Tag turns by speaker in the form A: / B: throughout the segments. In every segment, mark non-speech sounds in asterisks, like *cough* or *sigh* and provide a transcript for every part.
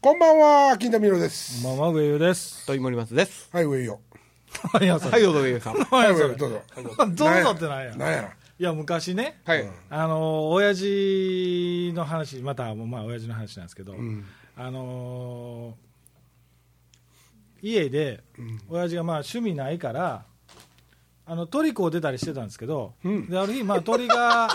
A: こんばんは、金田美郎です。
B: まあまあ上優です。
C: 鳥森松です。
A: はい、上よ。
B: はいやそ
C: は
B: れ。
C: い、どうぞ、ゆうさん。
A: *laughs* は、
B: はいい
A: 上
B: そ
A: よ、
B: れ。
A: どうぞ。
B: どうぞってなんや。
A: なんや。
B: いや昔ね、
C: はい。
B: あの親父の話またまあ親父の話なんですけど、あの家で親父がまあ趣味ないから。あの鳥こう出たりしてたんですけど、である日、まあ、鳥が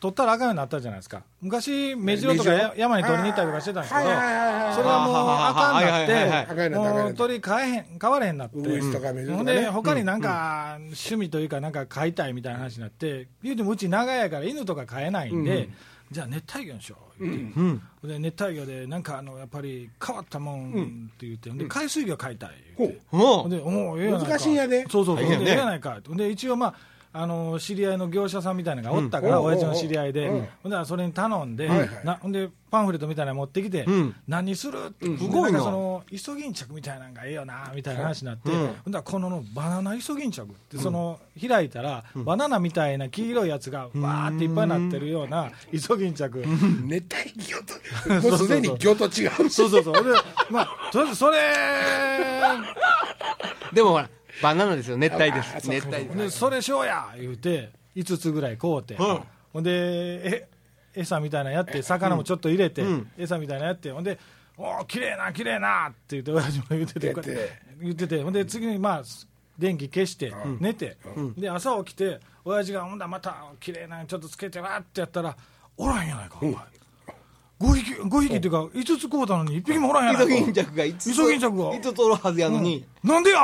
B: 取ったらあかんようになったじゃないですか、昔、目白とかや山に取りに行ったりとかしてたんですけど、
A: はいはいはいはいはい
B: それがもうあかんなっ
C: はいはいはいはい
A: はい
B: て、もう鳥飼えへん飼われへんなって、
A: ウエストかメジロと
B: ほ
A: か
B: ん
A: ね
B: で、他になんか、趣味というか、なんか飼いたいみたいな話になって、言うてもうち長屋やから犬とか飼えないんで、じゃあ熱帯魚にしよう言って、ほんで熱帯魚で、なんかあのやっぱり変わったもんって言って、ほんで海水魚飼いたい言うて。
C: も
B: ほん *laughs*
C: う、
B: でおうええやないか
A: 難しいんやで
B: そうそうそう、
C: 大変やね
B: でええやないかほんで一応まああの知り合いの業者さんみたいなのがおったから、
A: うん
B: 親父の知り合いで、
A: うん
B: ほんでそれに頼んで、
A: はいはい
B: なほんでパンフレットみたいなの持ってきて、
C: ん
B: 何するって、
C: すごい
B: なん
C: な
B: かそのイソギンチャクみたいなのがええよなみたいな話になって、
C: うん
B: ほんだらこののバナナイソギンチャクって、その開いたら、バナナみたいな黄色いやつがわーっていっぱいなってるようなイソギンチャク、
A: 熱帯
B: *laughs*
A: 魚と、もうすでに魚と違う。
B: そうそうそうほんで *laughs* まあとりあえずそれ
C: でもほら、バナナですよ、熱帯です。熱帯です。
B: でそれしようや言うて5つぐらい買うて、
C: ん
B: ほんでえ餌みたいなのやって魚もちょっと入れて、餌みたいなのやってほんで「おおきれいなきれいな」って言って親父も言ってて
A: 言ってて
B: こうやって言っててほんで次にまあ電気消して寝て、で朝起きて親父が「ほんだまたきれいなのちょっとつけてわ」ってやったら「おらんやないかお前」5匹5匹っていうか5つ買うたのに1匹もおらんや
C: イソ
B: な
C: ギ
B: い
C: ン
B: か
C: チャクが5つ。
B: イソギンチャクが
C: 5つおるはずやのに。
B: なんでや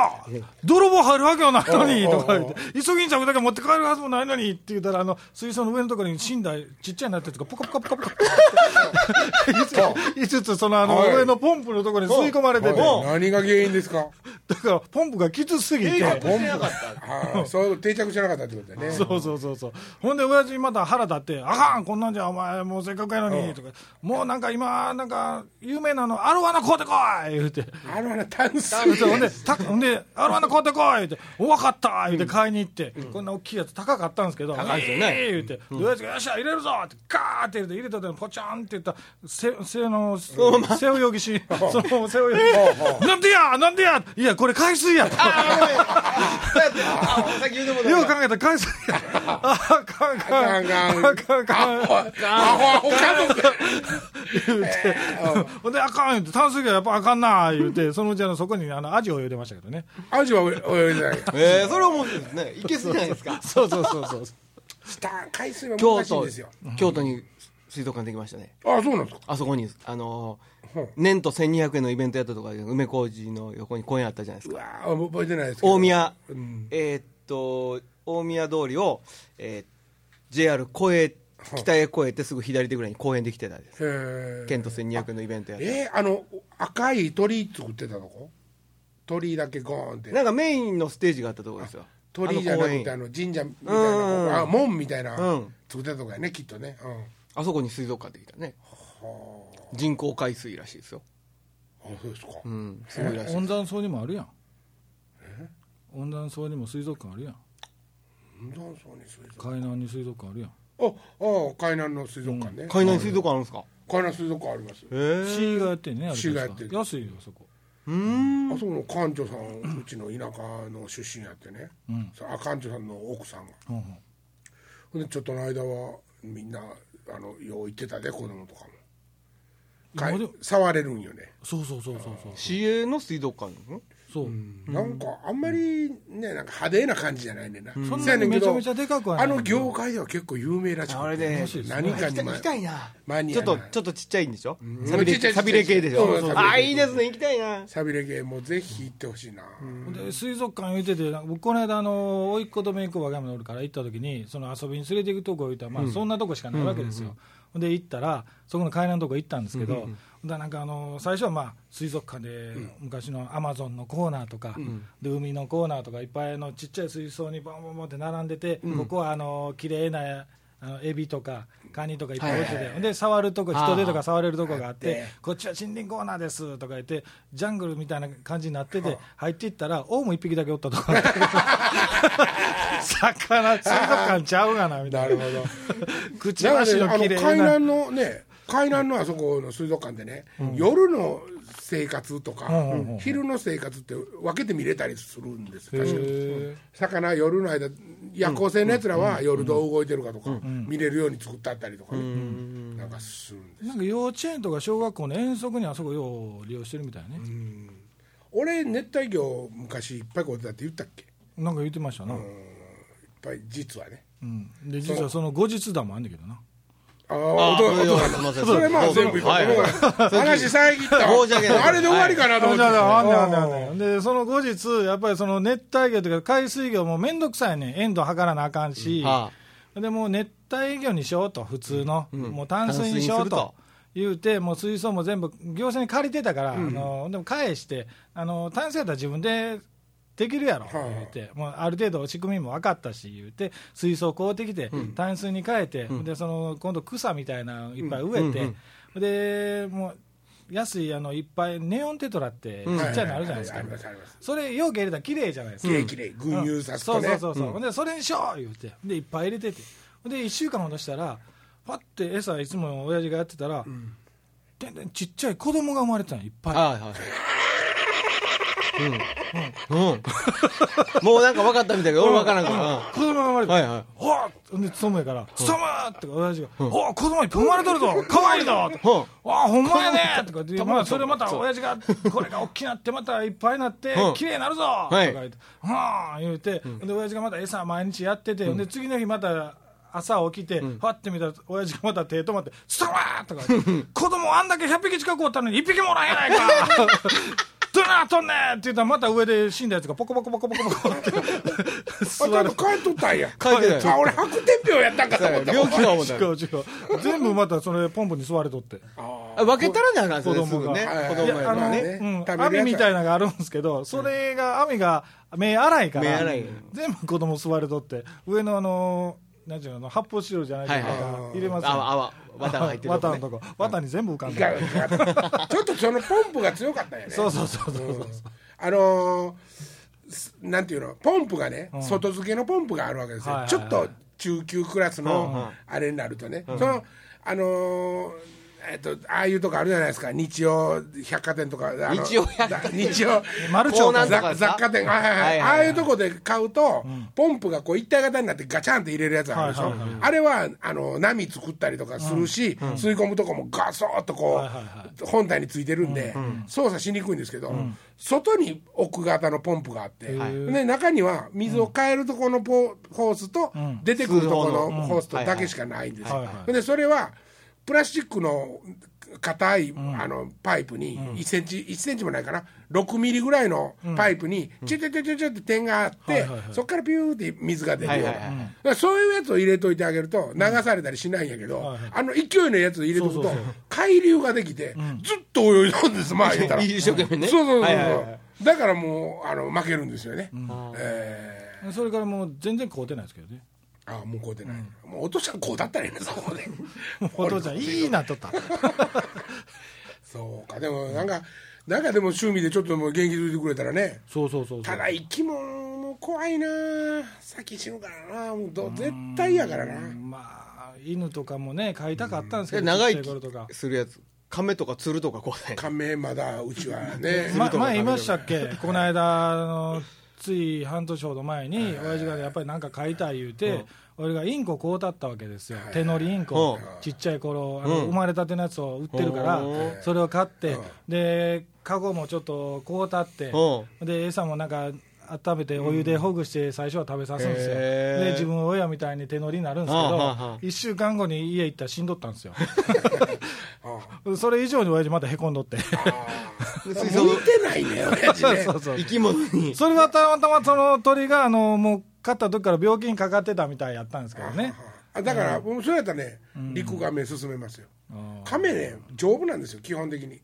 B: 泥棒入るわけはないのに
A: おうおう
B: とか言って、イソギンチャクだけ持って帰るはずもないのにって言ったら、あの、水槽の上のところに死んだちっちゃいなってるとか、ポカポカポカポカ
A: *laughs*
B: って。5つ、そのあの
A: はい
B: 上のポンプのところに吸い込まれてて、
A: はい何が原因ですか
B: だからポンプがきつすぎて。
A: ボンボはいそう、定着しなかったってことだよね。
B: そうそうそうそうほんで親父にまた腹立って「あかんこんなんじゃお前もうせっかくやのに」とか「もうなんか今なんか有名なのアロワナ買うてこい!」言うて
A: あるある、淡水。
B: そうほんで、たほんで、アロハナ買うてこいって、おわかった言うて買いに行って、こんな大きいやつ高かったんですけど、
C: 高いですよね
B: えー言うて、で親父がよっしゃ、入れるぞって、ガーって入れて、入れた時にポチャンって言ったら、せ、せの、せ背泳ぎし、その背泳ぎ、なんでやなんでやいや、これ海水やと。
C: あ、さっき言うても
B: よう考えたら海水や。あかんか
A: ガ
B: ん。
A: ンガン。
B: あかんかん。
A: アホ、アホ、家族。
B: 言うて、ほんで、あかん言うて、淡水魚やっぱあかんな言うて、そのうちあのそこにあのアジを泳いでましたけどね。
A: アジは泳いでない。
C: えー、それは面白いですね。いけすじゃないですか。
B: そうそうそうそう。
A: 下、海水は
C: 京
A: 難しいん
C: 都
A: ですよ。、
C: 京都に水族館できましたね。
A: あ、そうなんですか。
C: あそこに、あのー、年と1200円のイベントやったとか、梅小路の横に公園あったじゃないです
A: う
C: か。
A: わー覚えてないですけど。
C: 大。宮、えーっと、大宮通りを、えー JR 越え、北へ越えてすぐ左手ぐらいに公園できてたんです。
A: へー
C: 県と1200のイベントやって
A: えーあの赤い鳥作ってたとこ鳥だけゴーンって
C: なんかメインのステージがあったところですよ
A: 鳥じゃな
C: あの
A: く
C: 公
A: てあ
C: 園
A: の神社みたいなあ門みたいな
C: うん
A: 作ってたとこやねきっとね、う
C: あそこに水族館できたね人工海水らしいですよ
A: ん、あそうですか、
C: うんすごいらしい
B: 温暖層にもあるやん温暖層にも水族館あるやん
A: うん、どうそうに水族
B: 海南に水族館あるやん
A: ああ海南の水族館ね、
C: 海南水族館あるんですか
A: 海南水族館あります
C: へ
B: 市
C: え
B: がやってんねあれ
A: 市がやってる
B: 確か安いよそこ
C: うん
A: あそこの館長さんうちの田舎の出身やってね、そうあ館長さんの奥さんが
B: うんうん
A: ほんでちょっとの間はみんなあのよう行ってたで子供とかもか
B: 今でも
A: 触れるんよね
B: そうそうそうそうそう
C: 市営の水族館なの
B: そう
A: なんかあんまりねなんか派手な感じじゃないねんな、
B: そん
A: せ
B: な
A: や
B: に
A: ねけ
B: めち
A: ど
B: ゃめちゃでかくはない
A: あの業界では結構有名らしくて
C: あれね
A: 何かに
C: 行きたいな
A: マニア
C: ちょ
A: な
C: っとちょっとちっちゃいんでしょ
A: ん
C: サビ
A: ちっちゃ
C: レ
A: い
C: サビレ系でしょ
A: そうそう
C: あーいいですね行きたいな
A: サビレゲーもぜひ行ってほしいな、
B: ほんで水族館言っててなんか僕この間あの甥っ子と姪っ子が山におるから行った時にその遊びに連れて行くとこ言ったらまあそんなとこしかないわけですよほんで行ったらそこの階段のとこ行ったんですけどほんだらなんかあの最初はまあ水族館で昔のアマゾンのコーナーとかで海のコーナーとかいっぱいのちっちゃい水槽にボンボンボンって並んでてここはあの綺麗なあのエビとかカニとかいっぱい置いててほんで触るとこ人手とか触れるとこがあってこっちは森林コーナーですとか言ってジャングルみたいな感じになってて入っていったらオウム一匹だけおったとか魚水族館ちゃうがなみた
A: ないる
B: な
A: ほど
B: 口
A: だから
B: ばし
A: ね
B: の
A: あの
B: 綺
A: 海
B: 麗な
A: 南のね海南のあそこの水族館でね、夜の生活とか、
B: うんうんうん
A: 昼の生活って分けて見れたりするんです確かに
B: へえ
A: 魚夜の間夜行性のやつらは夜どう動いてるかとか、見れるように作ってあったりとかね、なんかするんです
B: なんか幼稚園とか小学校の遠足にあそこよう利用してるみたいね、
A: 俺熱帯魚昔いっぱいこうやってたって言ったっけいっ
B: なんか言ってましたな、うん
A: ぱい実はね
B: で実はその後日談もあんだけどな
A: ああ、
C: あ
A: お父さん、お父さん
C: いやいやすいません
A: それまあ全部いこう
C: はいはい
A: 話遮ったわ。
C: 申し訳ない
A: あれで終わりかなと思ってた。
B: あんねんあんねんあんねんでその後日やっぱりその熱帯魚というか海水魚も面倒くさいねん塩度測らなあかんし、
C: は
B: でもう熱帯魚にしようと普通の、
C: ん
B: もう淡水にしよう
C: 淡
B: と言うてもう水槽も全部業者に借りてたから、あのでも返してあの淡水やったら自分でできるやろ、
A: はい
B: 言うてもうある程度仕組みも分かったし言うて水槽買うてきて、淡水に変えて、でその今度草みたいなのいっぱい植えて、
C: うん
B: でもう安いあのいっぱいネオンテトラってち
C: ん
B: っちゃいのあるじゃないですか、
A: あります、あります。
B: それ容器入れたら綺麗じゃないですか
A: 綺麗綺麗、群雄さすとね。
B: そうそうそうそう、ほんでそれにしよう言うてでいっぱい入れててほんで1週間ほどしたらパッて餌いつも親父がやってたら、でんでんちっちゃい子供が生まれてたのいっ
C: い。
B: ぱい、
C: はいはい。 *laughs* うん。うん。もうなんか分かったみたいだけど、俺分からんか
B: 子供が生まれて
C: ら。はいは
B: おっほんで勤めから「勤ま!」とか親父が「おっ子供いっぱい生まれとるぞ可愛いぞ!」
C: い。 *laughs* うん。
B: わあほんまやね
C: *laughs*
B: とかで、まあ、それまた親父がこれが大きなってまたいっぱいなって
C: うん
B: 綺麗になるぞとか
C: はい
B: 言って「はあ」言うてで親父がまた餌毎日やっててで次の日また朝起きてはってみたら親父がまた手止まって「ストワー!」とか言って「子供あんだけ100匹近くおったのに1匹もおらんやない
C: *laughs*
B: か!」どなとんねんって言ったらまた上で死んだやつがポコポコポコポコポコ
C: *laughs*
B: って
A: あ、ちゃ
B: 座
A: ん
B: る
A: と帰っとったんや。
C: 書いてない。
A: あ、俺白天病やったんかと思った。
C: 病気か思った
B: 違う違う全部またそれポンプに座れとって。
C: あ分けたらなあかんすね、
B: 子
C: す
B: 供
C: ぐ
B: が
C: ね。
A: はい
C: 子供
A: い
C: や
A: や
B: あ
C: か
B: の
C: ら
A: まあ
C: ね。
A: ね
B: うん、
A: 食べるやつは
B: 網みたいなのがあるんですけど、それが、網が目荒いから、
C: 目荒い
B: 全部子供座れとって、上のあの、なんていうのあの、発泡スチロールじゃないけど、
C: はいはい
B: なんか入れます
C: あわ、あわ、綿が入ってると
B: 綿
C: こ
B: の
C: ね。
B: とこ、綿に全部浮かん
A: い
B: で
A: か
B: る。
A: んいかんちょっとそのポンプが強かったんやね。
B: そうそうそうそう。
A: うん *laughs* あのーすなんていうのポンプがね、外付けのポンプがあるわけですよ、
B: はいはいはい
A: ちょっと中級クラスのあれになるとね、そのあのーえっと、ああいうとこあるじゃないですか日曜百貨店とかあの
C: 日曜百貨店
A: ざ日曜
B: マルチョ
C: コーナーとか
A: 雑雑貨店あ,、はいはいはい
C: は
A: い
C: はいはい
A: ああいうとこで買うと、ポンプがこう一体型になってガチャンって入れるやつあるでしょ、
B: はいはいはい
A: あれはあの波作ったりとかするし、吸い込むとこもガソッとこう、
B: はいはいはい
A: 本体についてるんで、操作しにくいんですけど、外に奥型のポンプがあって、
B: ー
A: で中には水を変えるところのポ、ホースと、
B: ん
A: 出てくるところのホースとだけしかないんですよ、
B: はいはい
A: でそれはプラスチックの硬い、あのパイプに1センチ、1センチもないかな6ミリぐらいのパイプにちょちょちょちょちょって点があって、
B: はいはいはい
A: そこからピューって水が出るような、
C: はいはいはいはい
A: だからそういうやつを入れといてあげると流されたりしないんやけど、
B: はいはい
A: あの勢いのやつを入れとく
B: そ
A: と
B: うそうそう
A: 海流ができて、ずっと泳いどんですまあ言った
B: *laughs*
A: ら
C: 一生懸命ね。
A: そうそうそうそう、
C: はいはいはい
A: だからもうあの負けるんですよね、え
B: それからもう全然凍ってないですけどね。
A: ーああもうこうでない、もうお父ちゃんこうだったらいいねそこで
B: *laughs* お父ちゃん、いいなっとった。
A: そうかでもなんか、なんかでも趣味でちょっともう元気づいてくれたらね
B: そうそうそうそ
A: た
B: う。
A: だ生き物も怖いな先死ぬからなもうど絶対やからな
B: まあ、犬とかもね、飼いたかったんですけ
C: で
B: ど、
C: 長
B: ちっ
C: 生
B: ちゃい頃とか
C: き。するやつ。亀とか鶴とかこうだよね。
A: 仮面まだうちはね
B: ま、前言いましたっけ、この間、あのつい半年ほど前に、親父がやっぱりなんか買いたい言うて、俺がインコこうたったわけですよ、手乗りインコ
C: うん、
B: ちっちゃい頃あの生まれたてのやつを売ってるから
C: う、
B: それを買って、で、カゴもちょっとこうたって、
C: う
B: で、餌もなんか、温めてお湯でほぐして最初は食べさすんですよ、
C: へー
B: で自分親みたいに手乗りになるんですけ
C: はあ
B: ど
C: はあはあ
B: 1週間後に家行ったら死んどったんです
C: *laughs*
B: よそれ以上に親父またへこんどって
A: 向いてないね親父ね
B: そうそう
C: 生き物に。
B: それはたまたまその鳥があのもう飼った時から病気にかかってたみたいやったんですけどね、
A: あだから、もうそれやったらね陸亀進めますよ
B: あ
A: 亀ね丈夫なんですよ基本的に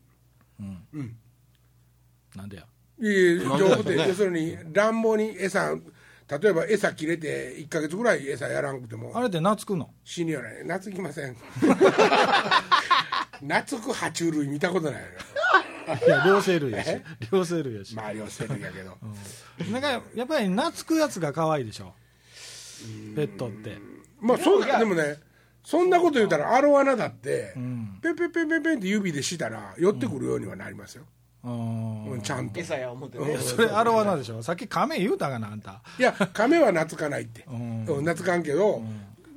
B: なんでや
A: いえいえ
C: なんで
A: 丈
C: だろうね
A: 夫で、要するに乱暴に餌例えば餌切れて1か月ぐらい餌やらなくても
B: あれって懐くの
A: 死によね懐きません *laughs* 懐く爬虫類見たことないよね
B: いや両生類やし両生類やし、
A: まあ両生類やけど、
B: なんかやっぱり懐くやつが可愛いでしょペットって
A: まあそうだでもねそんなこと言うたらアロアナだって、
B: ん
A: ペンペンペンペンペンって指でしたら寄ってくるようにはなりますよ、
B: あー
A: うんちゃんとい
C: 餌や思って
A: う
C: ね
A: ん
B: それアロワナでしょさっき亀言うたかなあんた
A: や亀は懐かないって、
B: ん
A: うん懐かんけど、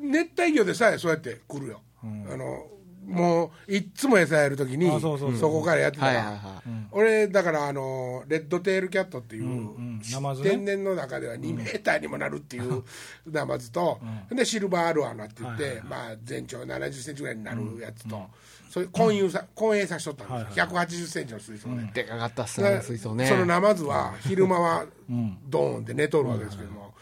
A: 熱帯魚でさえそうやって来るよ、あのもういっつも餌やるときに
B: あそうそうそう
A: こからやってた
C: は
A: ら、
C: いはいは
A: 俺だからあのレッドテールキャットっていう、
B: うんナマズね
A: 天然の中では2メーターにもなるっていうナマズと、でシルバーアロアナって言って、
B: はいはい
A: まあ、全長70センチぐらいになるやつと、そういう混遊さ混泳さしとったんですよ、180センチの水槽で。
C: いでかかったっす
A: で
C: ね水槽ね
A: そのナマズは昼間はドーンって寝とるわけですけども、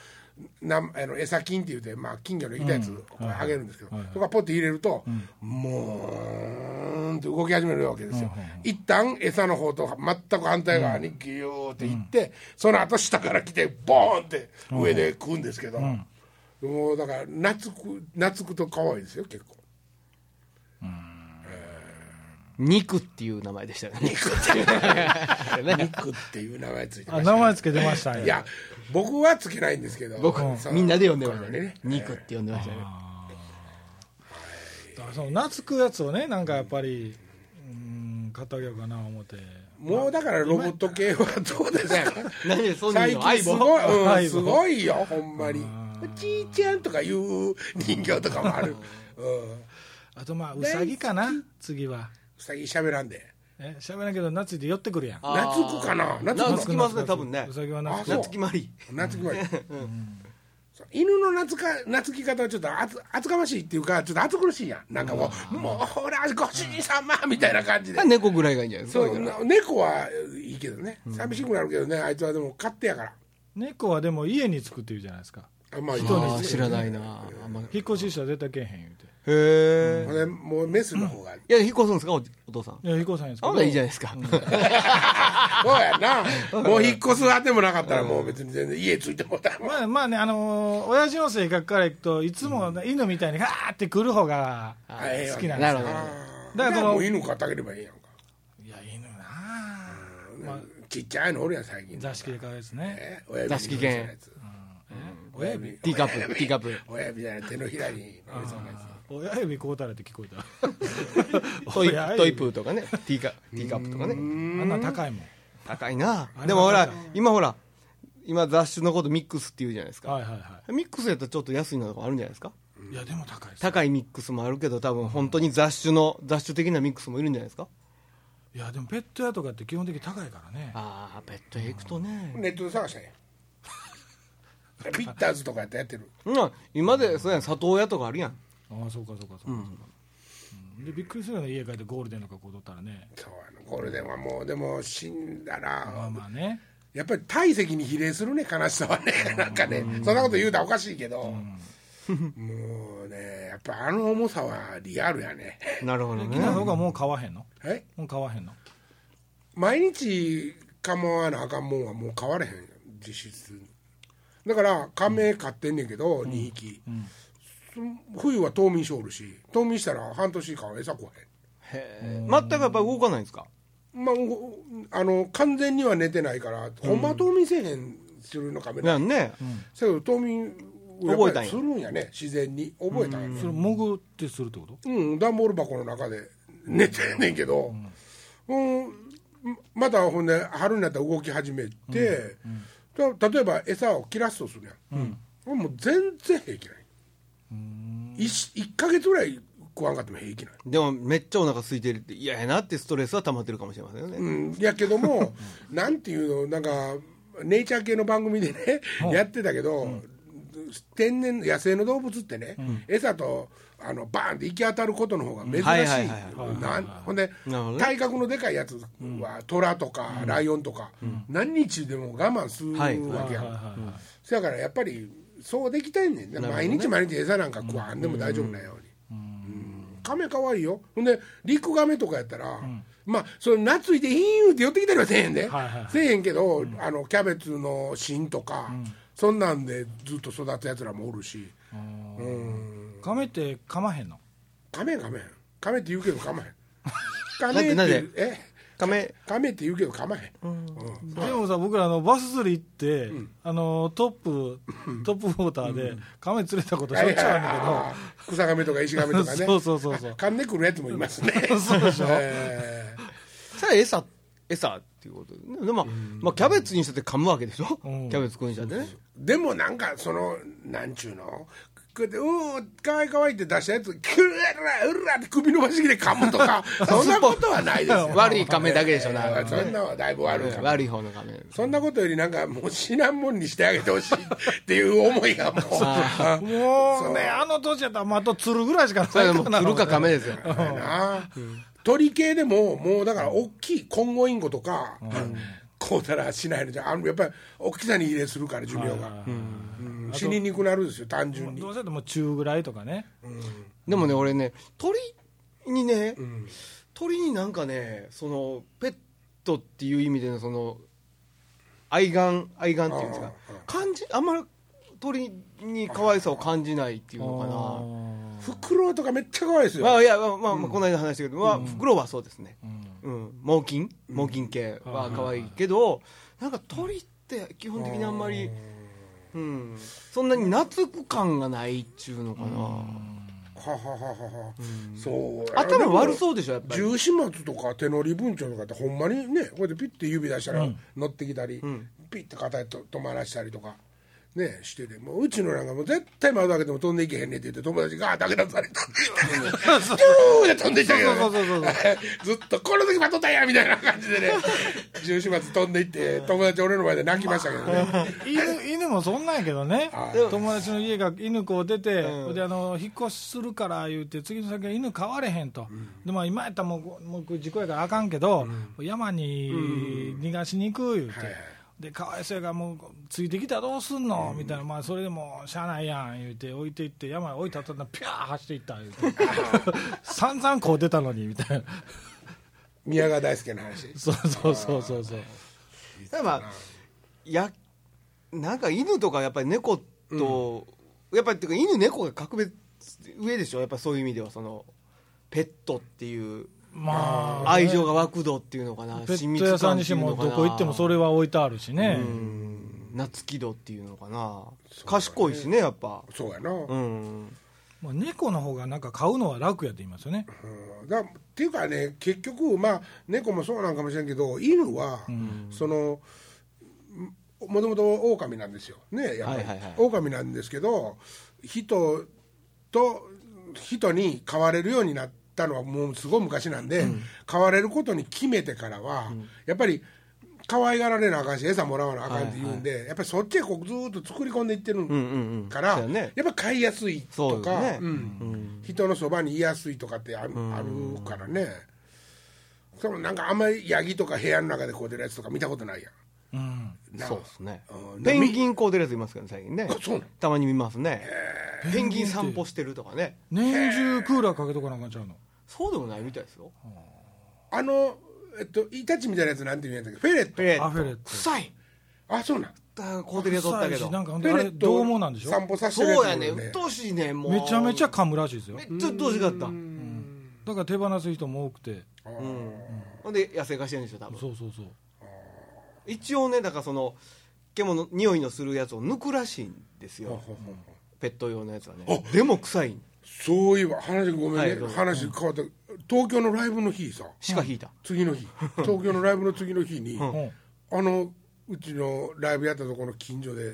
A: なあの餌金って言って、まあ、金魚の生きたやつをこれあげるんですけど、そこはポッて入れると、もうーんって動き始めるわけですよ、一旦餌の方と全く反対側にギューっていって、その後下から来てボーンって上で食うんですけど、もうだから懐く懐くと可愛いですよ結構。
C: 肉っていう名前でしたよね *laughs*
A: ニックっていう名前ついてま
B: あ
A: した
B: 名前つけてましたね
A: いや僕はつけないんですけど
C: 僕
A: その
C: みんなで呼んでました
A: これ
C: ね肉って呼んでましたね
B: だからその懐くやつをねなんかやっぱりうん買ってあげようかな思って
A: もうだからロボット系はどうですか
C: 何でそんな
A: 最
C: の
A: 近
C: 相
A: す
C: 棒
A: ごい、うん
B: 相棒
A: すごいよほんまにおじいちゃんとかいう人形とかもあるうんう
B: あとまあウサギかな次は
A: さぎしゃべらんで
B: え喋らんけど懐いて寄ってくるやん
C: あー
A: 懐くかな懐くの
C: 懐きますね多分ね
B: ウサギは懐
A: あ
B: く
A: そう
C: 懐きまり
A: 懐きまい、そう犬の懐か懐き方はちょっと厚厚かましいっていうかちょっと厚苦しいやんなんかもう、もうほらご主人様みたいな感じで
C: 猫ぐらいがいいんじゃないです
A: そ
C: か
A: う
C: だから
A: な猫はいいけどね寂しくなるけどねあいつはでも勝手やから
B: 猫はでも家に作って言うじゃないですか
A: あまあ
C: あー知らないなあんまへ
B: 引っ越ししたら絶対けえへん言うて
A: こ
C: え
A: れもうメスの方が
C: いや引っ越すんですかおお父さん
B: いや、ヒコさんですけ
C: あ
B: ど
C: んたいい *laughs* じゃないですか
A: そうや
C: *laughs*
A: なもう引っ越すあてもなかったらもう別に全然家ついてもた
B: まあまあね、あのー親父の性格からいくと、いつも犬みたいにガーって来る方が好
A: あええわ
B: きなんで
C: な
B: す
C: る
B: よ。
C: ほど
A: *laughs* だ
B: だ
A: か
B: からら
A: もう犬飼ってあげればいいやんか
B: いや、犬なあ
A: ちっちゃいのおるやん最近
B: 座敷で買うやつね。
A: え親指
C: 座敷犬
A: のやつ親指
C: ティーカップティーカップ
A: 親指じゃない手のひらに乗りそうなや
B: 親指こうたれって聞こ
C: *laughs*
B: えた。
C: トイ
B: 親指
C: トイプーとかねティーカティーカップとかね
B: あんなん高いもん。
C: 高いなでもほら今ほら今雑種のことミックスって言うじゃないです
B: は
C: か
B: いはいは
C: ミックスやったらちょっと安いのとかあるんじゃないですか
B: い。いや、でも高いです。
C: 高いミックスもあるけど多分本当に雑種の雑種的なミックスもいるんじゃないですか
B: いや、でもペット屋とかって基本的に高いからね。
C: ああペットへ行くと
A: つ
C: ね
A: ネットで探したんや
C: *laughs*
A: ピッターズとかやってやってる
C: うん今でそうやん里親とかあるやん
B: ああ、そうかそうかそうかそうか。うんで、びっくりするよね、家帰ってゴールデンとかこう取ったらね。
A: そうやのゴールデンはもうでも死んだ
B: まあ
A: ら
B: まあね。
A: やっぱり体積に比例するね悲しさはねなんかねそんなこと言うたらおかしいけどもうねやっぱあの重さはリアルやね
C: なるほど
B: きな
C: ね
B: のがもう買わへんの
A: え
B: もう買わへんの
A: 毎日かまわなあかんもんはもう買われへん実質だから亀買ってんねんけど、2匹、そ冬は冬眠しおるし冬眠したら半年間餌食わ
C: へー全くやっぱ動かないんですか
A: へんまあおあの完全には寝てないからほんまは冬眠せえへんするの亀だ、
C: やんね
A: せやけど冬眠
C: 覚えたんや
A: やっぱりするんやね自然に覚えたんやね
B: それ、潜ってするってこと
A: うん、段ボール箱の中で寝てんねんけど、うんまたほんで春になったら動き始めて、た例えば餌を切らすとするやん、もう全然平気ない一一1か月ぐらい食わんかっても平気ない、
C: でもめっちゃお腹空いてるって嫌やなってストレスは溜まってるかもしれませんよね
A: うん、やけど
C: *laughs*
A: もなんていうのなんかネイチャー系の番組でね、やってたけど、天然野生の動物ってね、餌とあのバーンって行き当たることの方が珍しい,、
C: はいはいはいはい
A: なんほんで
C: なるほどね
A: 体格のでかいやつは虎とかライオンとか、何日でも我慢するわ
C: はい
A: けやん、
B: はいはいはい。
A: そやからやっぱりそうできたいねんね毎日毎日餌なんか食わんでも大丈夫なように、うんカメかわいいよほんでリクガメとかやったら、まあそれ懐いてヒーンって寄ってきたりはせえへんで、
B: はいはいはい
A: せえへんけど、あのキャベツの芯とか、そんなんでずっと育つやつらもおるしうん
B: 亀って噛まへんの *laughs*
A: カメカメカメって言うけどかまへんカ
C: なんでなんで
A: え
C: 亀
A: 亀って言うけど噛まへん、うん
B: でもさ僕らあのバス釣り行って、あのトップトップウォーターで亀釣れたことしょっちゅうあるんだ
A: 草亀とか石
B: け
A: 亀
B: ど、
A: とかね
B: *laughs* そうそうそうそう
A: 噛んでくるやつもいますね
B: *laughs* そうでしょ
A: え
C: それは餌餌っていうことでねでも、まあ、キャベツにしたって噛むわけでしょ、
B: ん
C: キャベツくんにしたってね
A: ーでもなんかそのなんちゅうのこうやって「うーかわいいかわいい」って出したやつ「くらうら」って首伸ばし器で噛むと
C: *laughs*
A: かそんなことはないですよ
C: 悪い亀だけでしょな、
A: そんなはだいぶ悪いか
C: うん
A: ら
C: 悪い方の亀
A: そんなことよりなんかもう死なんもんにしてあげてほしいっていう思いが
C: *laughs*
A: もうあ
B: もうねあの年やったらまああと釣るぐらいしかない
C: それ
B: ら
C: はもう
B: な
C: 来るか亀ですよ
A: あな鳥系でももうだから大きいコンゴインゴとか、こうたらしないのじゃあのやっぱり大きさに比例するから寿命が、うん死ににくくなるんですよ単純に
B: どうせやったらもう中ぐらいとかね
C: でもね俺ね鳥にね、鳥になんかねそのペットっていう意味でのその愛玩愛玩っていうんですか
A: あーあ
C: 感じあんまり鳥に可愛さを感じないっていうのか
B: あ
C: な
B: ー
A: フクロウとかめっちゃ可愛いですよ、
C: まあいやまあ、まあまあこの間話したけど、まあ、フクロウはそうですね、うん猛禽猛禽系は可愛いけど、なんか鳥って基本的にあんまり、うん、そんなに懐く感がないっちゅうのかな、
A: ははははは、そう
C: 頭悪
A: う
C: そうでしょやっぱり
A: 十四松とか手乗り文鳥とかってほんまにねこうやってピッて指出したら乗ってきたり、ピッて肩へと止まらしたりとかねしててもううちのなんかもう絶対窓開けても飛んでいけへんねんって言って友達がガーッて開け出されたキ
C: *laughs*
A: ューって飛んでいったけど、ね、 *laughs* ずっとこの時待っとったんやみたいな感じでね十四松飛んでいって友達俺の前で泣きましたけど
C: *laughs*
A: ね
B: 犬犬もそんなんやけどね
A: はい
B: 友達の家が犬子を出て、
C: うん
B: であの引っ越しするから言うて次の先は犬飼われへんと、でまあ、今やったらもうこもうこれ事故やからあかんけど、山に逃がしに行く言うて、
A: はいはい
B: でかわいそうやからもうついてきたらどうすんの、みたいな、まあ、それでもしゃあないやん言うて置いていって山に置いたとったらピャー走っていった言うて散々こう出たのにみたいな *laughs*
A: 宮川大輔の話
B: そうそうそうそうそう
C: ただまあやなんか犬とかやっぱり猫と、やっぱりっていうか犬猫が格別上でしょやっぱそういう意味ではそのペットっていう
B: まあ
C: 愛情が湧く度っていうのかな
B: ペ
C: 親
B: ッ
C: 密
B: ト屋さん
C: 感
B: に
C: っ
B: してて
C: いうの
B: も
C: かな
B: どこ行ってもそれは置いてあるしね、
C: うん懐き度っていうのかな、賢いしねやっぱ
A: そうやな、
C: うん
B: まあ、猫の方がなんか買うのは楽やって言いますよね、
A: うんだっていうかね結局まあ猫もそうなんかもしれんけど犬は、そのんもともと狼なんですよねやっぱり、
C: はいはいはい
A: 狼なんですけど人と人に飼われるようになったのはもうすごい昔なんで、飼われることに決めてからは、やっぱり可愛がられなあかんし餌もらわなあかんって言うんで、やっぱりそっちへこうずーっと作り込んでいってる
C: うんうんうん
A: から、
C: そうやね
A: やっぱ飼いやすい
C: そ
A: と
C: う
A: か、
C: よね
A: うん人のそばにいやすいとかってある,、あるからねそのなんかあんまりヤギとか部屋の中でこう出るやつとか見たことないや
B: うん、
A: んな
C: そうですね
A: うん
C: ペンギンこう出るやついますけどね最近ね
A: あそうなの
C: たまに見ますねペンギン散歩してるとかね
B: 年中クーラーかけとかなんかちゃうの
C: そうでもないみたいですよ
A: あのえっとイタチみたいなやつなんていうんやったっけフェレット
C: ペレッ
B: アフェレ
C: ト
B: ット
C: 臭い
A: あそうなん
C: だコーデリア取ったけ
B: 臭いしな
C: ど
B: んかほん
A: フェ
B: であ
A: レ
B: れ
A: ット
B: どうもなんでしょ
A: 散歩させてるやつ
C: そうやねうっとうしいねもう
B: めちゃめちゃ噛むらしいですよ
C: めっちゃうっとうしかった
B: だから手放す人も多くて
A: あー
C: ほんで野生化してるんでしょ多分
B: そうそうそう
C: 一応ねだからその獣の匂いのするやつを抜くらしいんです
A: ほう
C: よ
A: ほうほう
C: ペット用のやつはね
A: あ
C: でも臭い
A: そういえば話ごめんね、
C: はいどうぞ
A: 話変わって東京のライブの日さ
C: しか引いた
A: 次の日東京のライブの次の日に、
B: うん
A: あのうちのライブやったところの近所で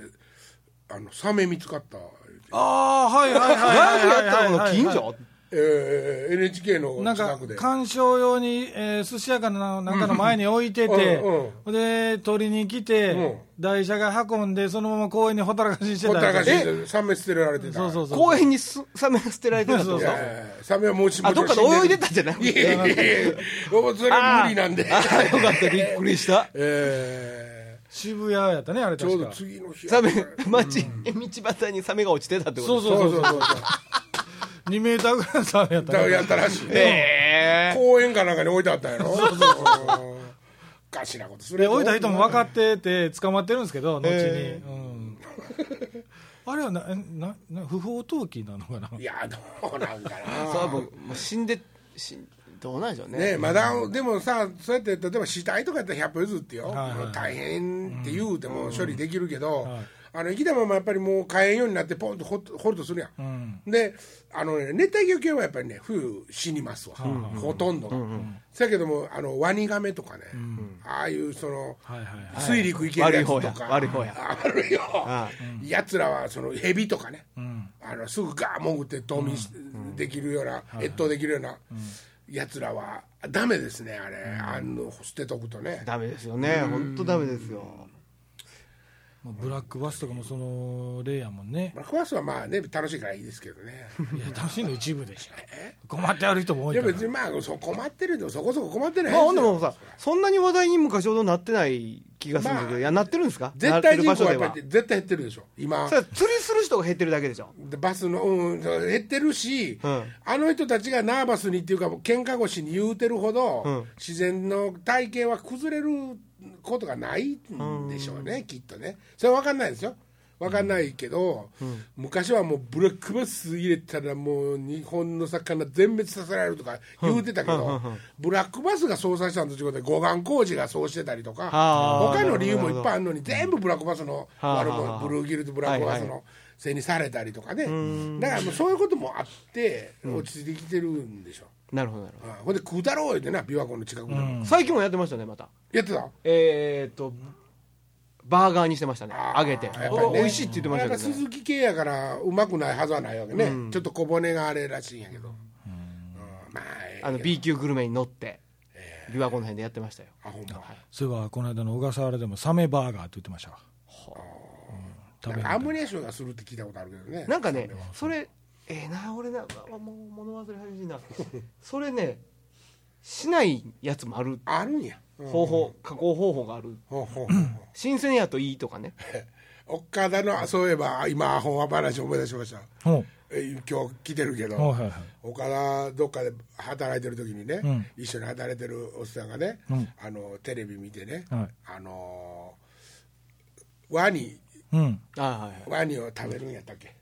A: あのサメ見つかった言うて
B: ああはいはいはい
C: ライブ
B: はい
C: やったのこの近
B: はい
C: 所
A: えー NHK の
B: なん
A: 近
B: か
A: くで
B: 鑑賞用に、えー寿司屋かのなんかの前に置いてて、
A: うん
B: で取りに来て、
A: うん
B: 台車が運んでそのまま公園にほったらかしにして
A: ほ
B: た
A: ったらかしに
B: え
A: してサメ捨てられてた
B: そうそうそう
C: 公園にすサメが捨てられてたってこ
B: そう
C: と
A: い
B: そう
A: やいやいやサメはもうし
C: あどっかで泳いでたんじゃない
A: いやいやいやもうそれは無理なんで
C: あーよかったびっくりした
A: え
B: 渋谷やったねあれ
A: ーちょ
B: 確
A: うど
B: か
A: 次の日
C: サメ街、道端にサメが落ちてたってこと
B: そう
C: う
B: そうそう
A: そう
B: そ
A: そ
B: う *laughs*
A: うそう
B: 2メーターぐらいの差やった
A: だ
B: ね
A: やったらしいね
C: え
A: 公園かなんかに置いてあったんやろうんおかしなことする
B: で
A: やつ
B: 置いた人も分かってて捕まってるんですけど後に、
C: え
B: うん、あれはななな不法投棄なのかない
A: やどうなんか
C: ー、そう
A: な
C: もうもう死んで死んどうなんでしょうね
A: ねまだでもさそうやって例えば死体とかやったら100歩譲ってよ、
B: はいはい
A: 大変って言うても処理できるけど、あの生きたままやっぱりもう飼えんようになってポンと掘っ掘るとするやん、
B: うん
A: であの、ね、熱帯魚系はやっぱりね冬死にますわ、ほとんどが、そやけどもあのワニガメとかね、ああいうその、
B: はいはい
A: 水陸行けるやつとか
C: 悪い方や
A: 悪いよ
C: あ
A: やつらはそのヘビとかね、
B: ん
A: あのすぐガー潜って冬眠しできるような、越冬できるようなやつらはダメですねあれ、あの捨てとくとね
C: ダメですよね本当ダメですよ
B: まあブラックバスとかもその例やもんね
A: まあクワスはまあね楽しいからいいですけどね
B: いや楽しいの一部でしょ困ってある人も多い
A: いや
B: から
A: 別にまあそう困ってるのそこそこ困ってない
C: まあほん
A: で
C: です
A: よ
C: もさそんなに話題に昔ほどなってない気がするんだけ
A: ま
C: ど
A: あ
C: いやなってるんですか
A: 絶対人口はやっ
C: な
A: ぱ
C: って
A: り
C: る
A: 絶対減ってるでしょ今
C: 場所ではそれ釣りする人が減ってるだけでしょ
A: でバスの、うん、そう減ってるし、
C: うん
A: あの人たちがナーバスにっていうか喧嘩腰に言うてるほど、
C: うん
A: 自然の体系は崩れることがないんでしょうね、きっとねそれは分かんないですよ分かんないけど、昔はもうブラックバス入れたらもう日本の魚全滅させられるとか言うてたけど、ブラックバスがそうさせたんと違って護岸工事がそうしてたりとか
C: あー
A: 他の理由もいっぱいあるのに全部ブラックバスの悪者ブルーギルドブラックバスのせいにされたりとかね、だからもうそういうこともあって落ち着いてきてるんでしょ、
C: なるほどなるほ
A: うほんで食うだろう言うてな琵琶湖の近くで、
C: ど最近もやってましたねまた
A: やってた
C: えーっとバーガーにしてましたね揚げて
A: やっぱりね
C: お美味しいって言ってまし
A: なん
C: た
A: か
C: けどね
A: 鈴木系やからうまくないはずはないわけね、ちょっと小骨があれらしいんやけど、うんまあええ
C: あの B 級グルメに乗って琵琶湖の辺でやってましたよ
A: あほんま
B: そういえばこの間の小笠原でもサメバーガーって言ってましたわう
A: な
B: ん食
A: ん
B: べ
A: かアン
B: る
A: モニア臭がするって聞いたことあるけどね
C: なんかねそれええな俺なうわもう物忘れ始めてんなそれねしないやつもある
A: あるんや、うん
C: 方法加工方法がある
A: ほうほうほう *laughs* ほう
C: 新鮮やといいとかね
A: 岡田のそういえば今アホ話思い出しました
B: ほ
A: え今日来てるけど、
B: うはいはいはい
A: 岡田どっかで働いてる時にね、
B: うん
A: 一緒に働いてるおっさんがね、
B: うん
A: あのテレビ見てね、
B: はい
A: あのーワニ
B: うん
C: あはいはい
A: ワニを食べるんやったっけ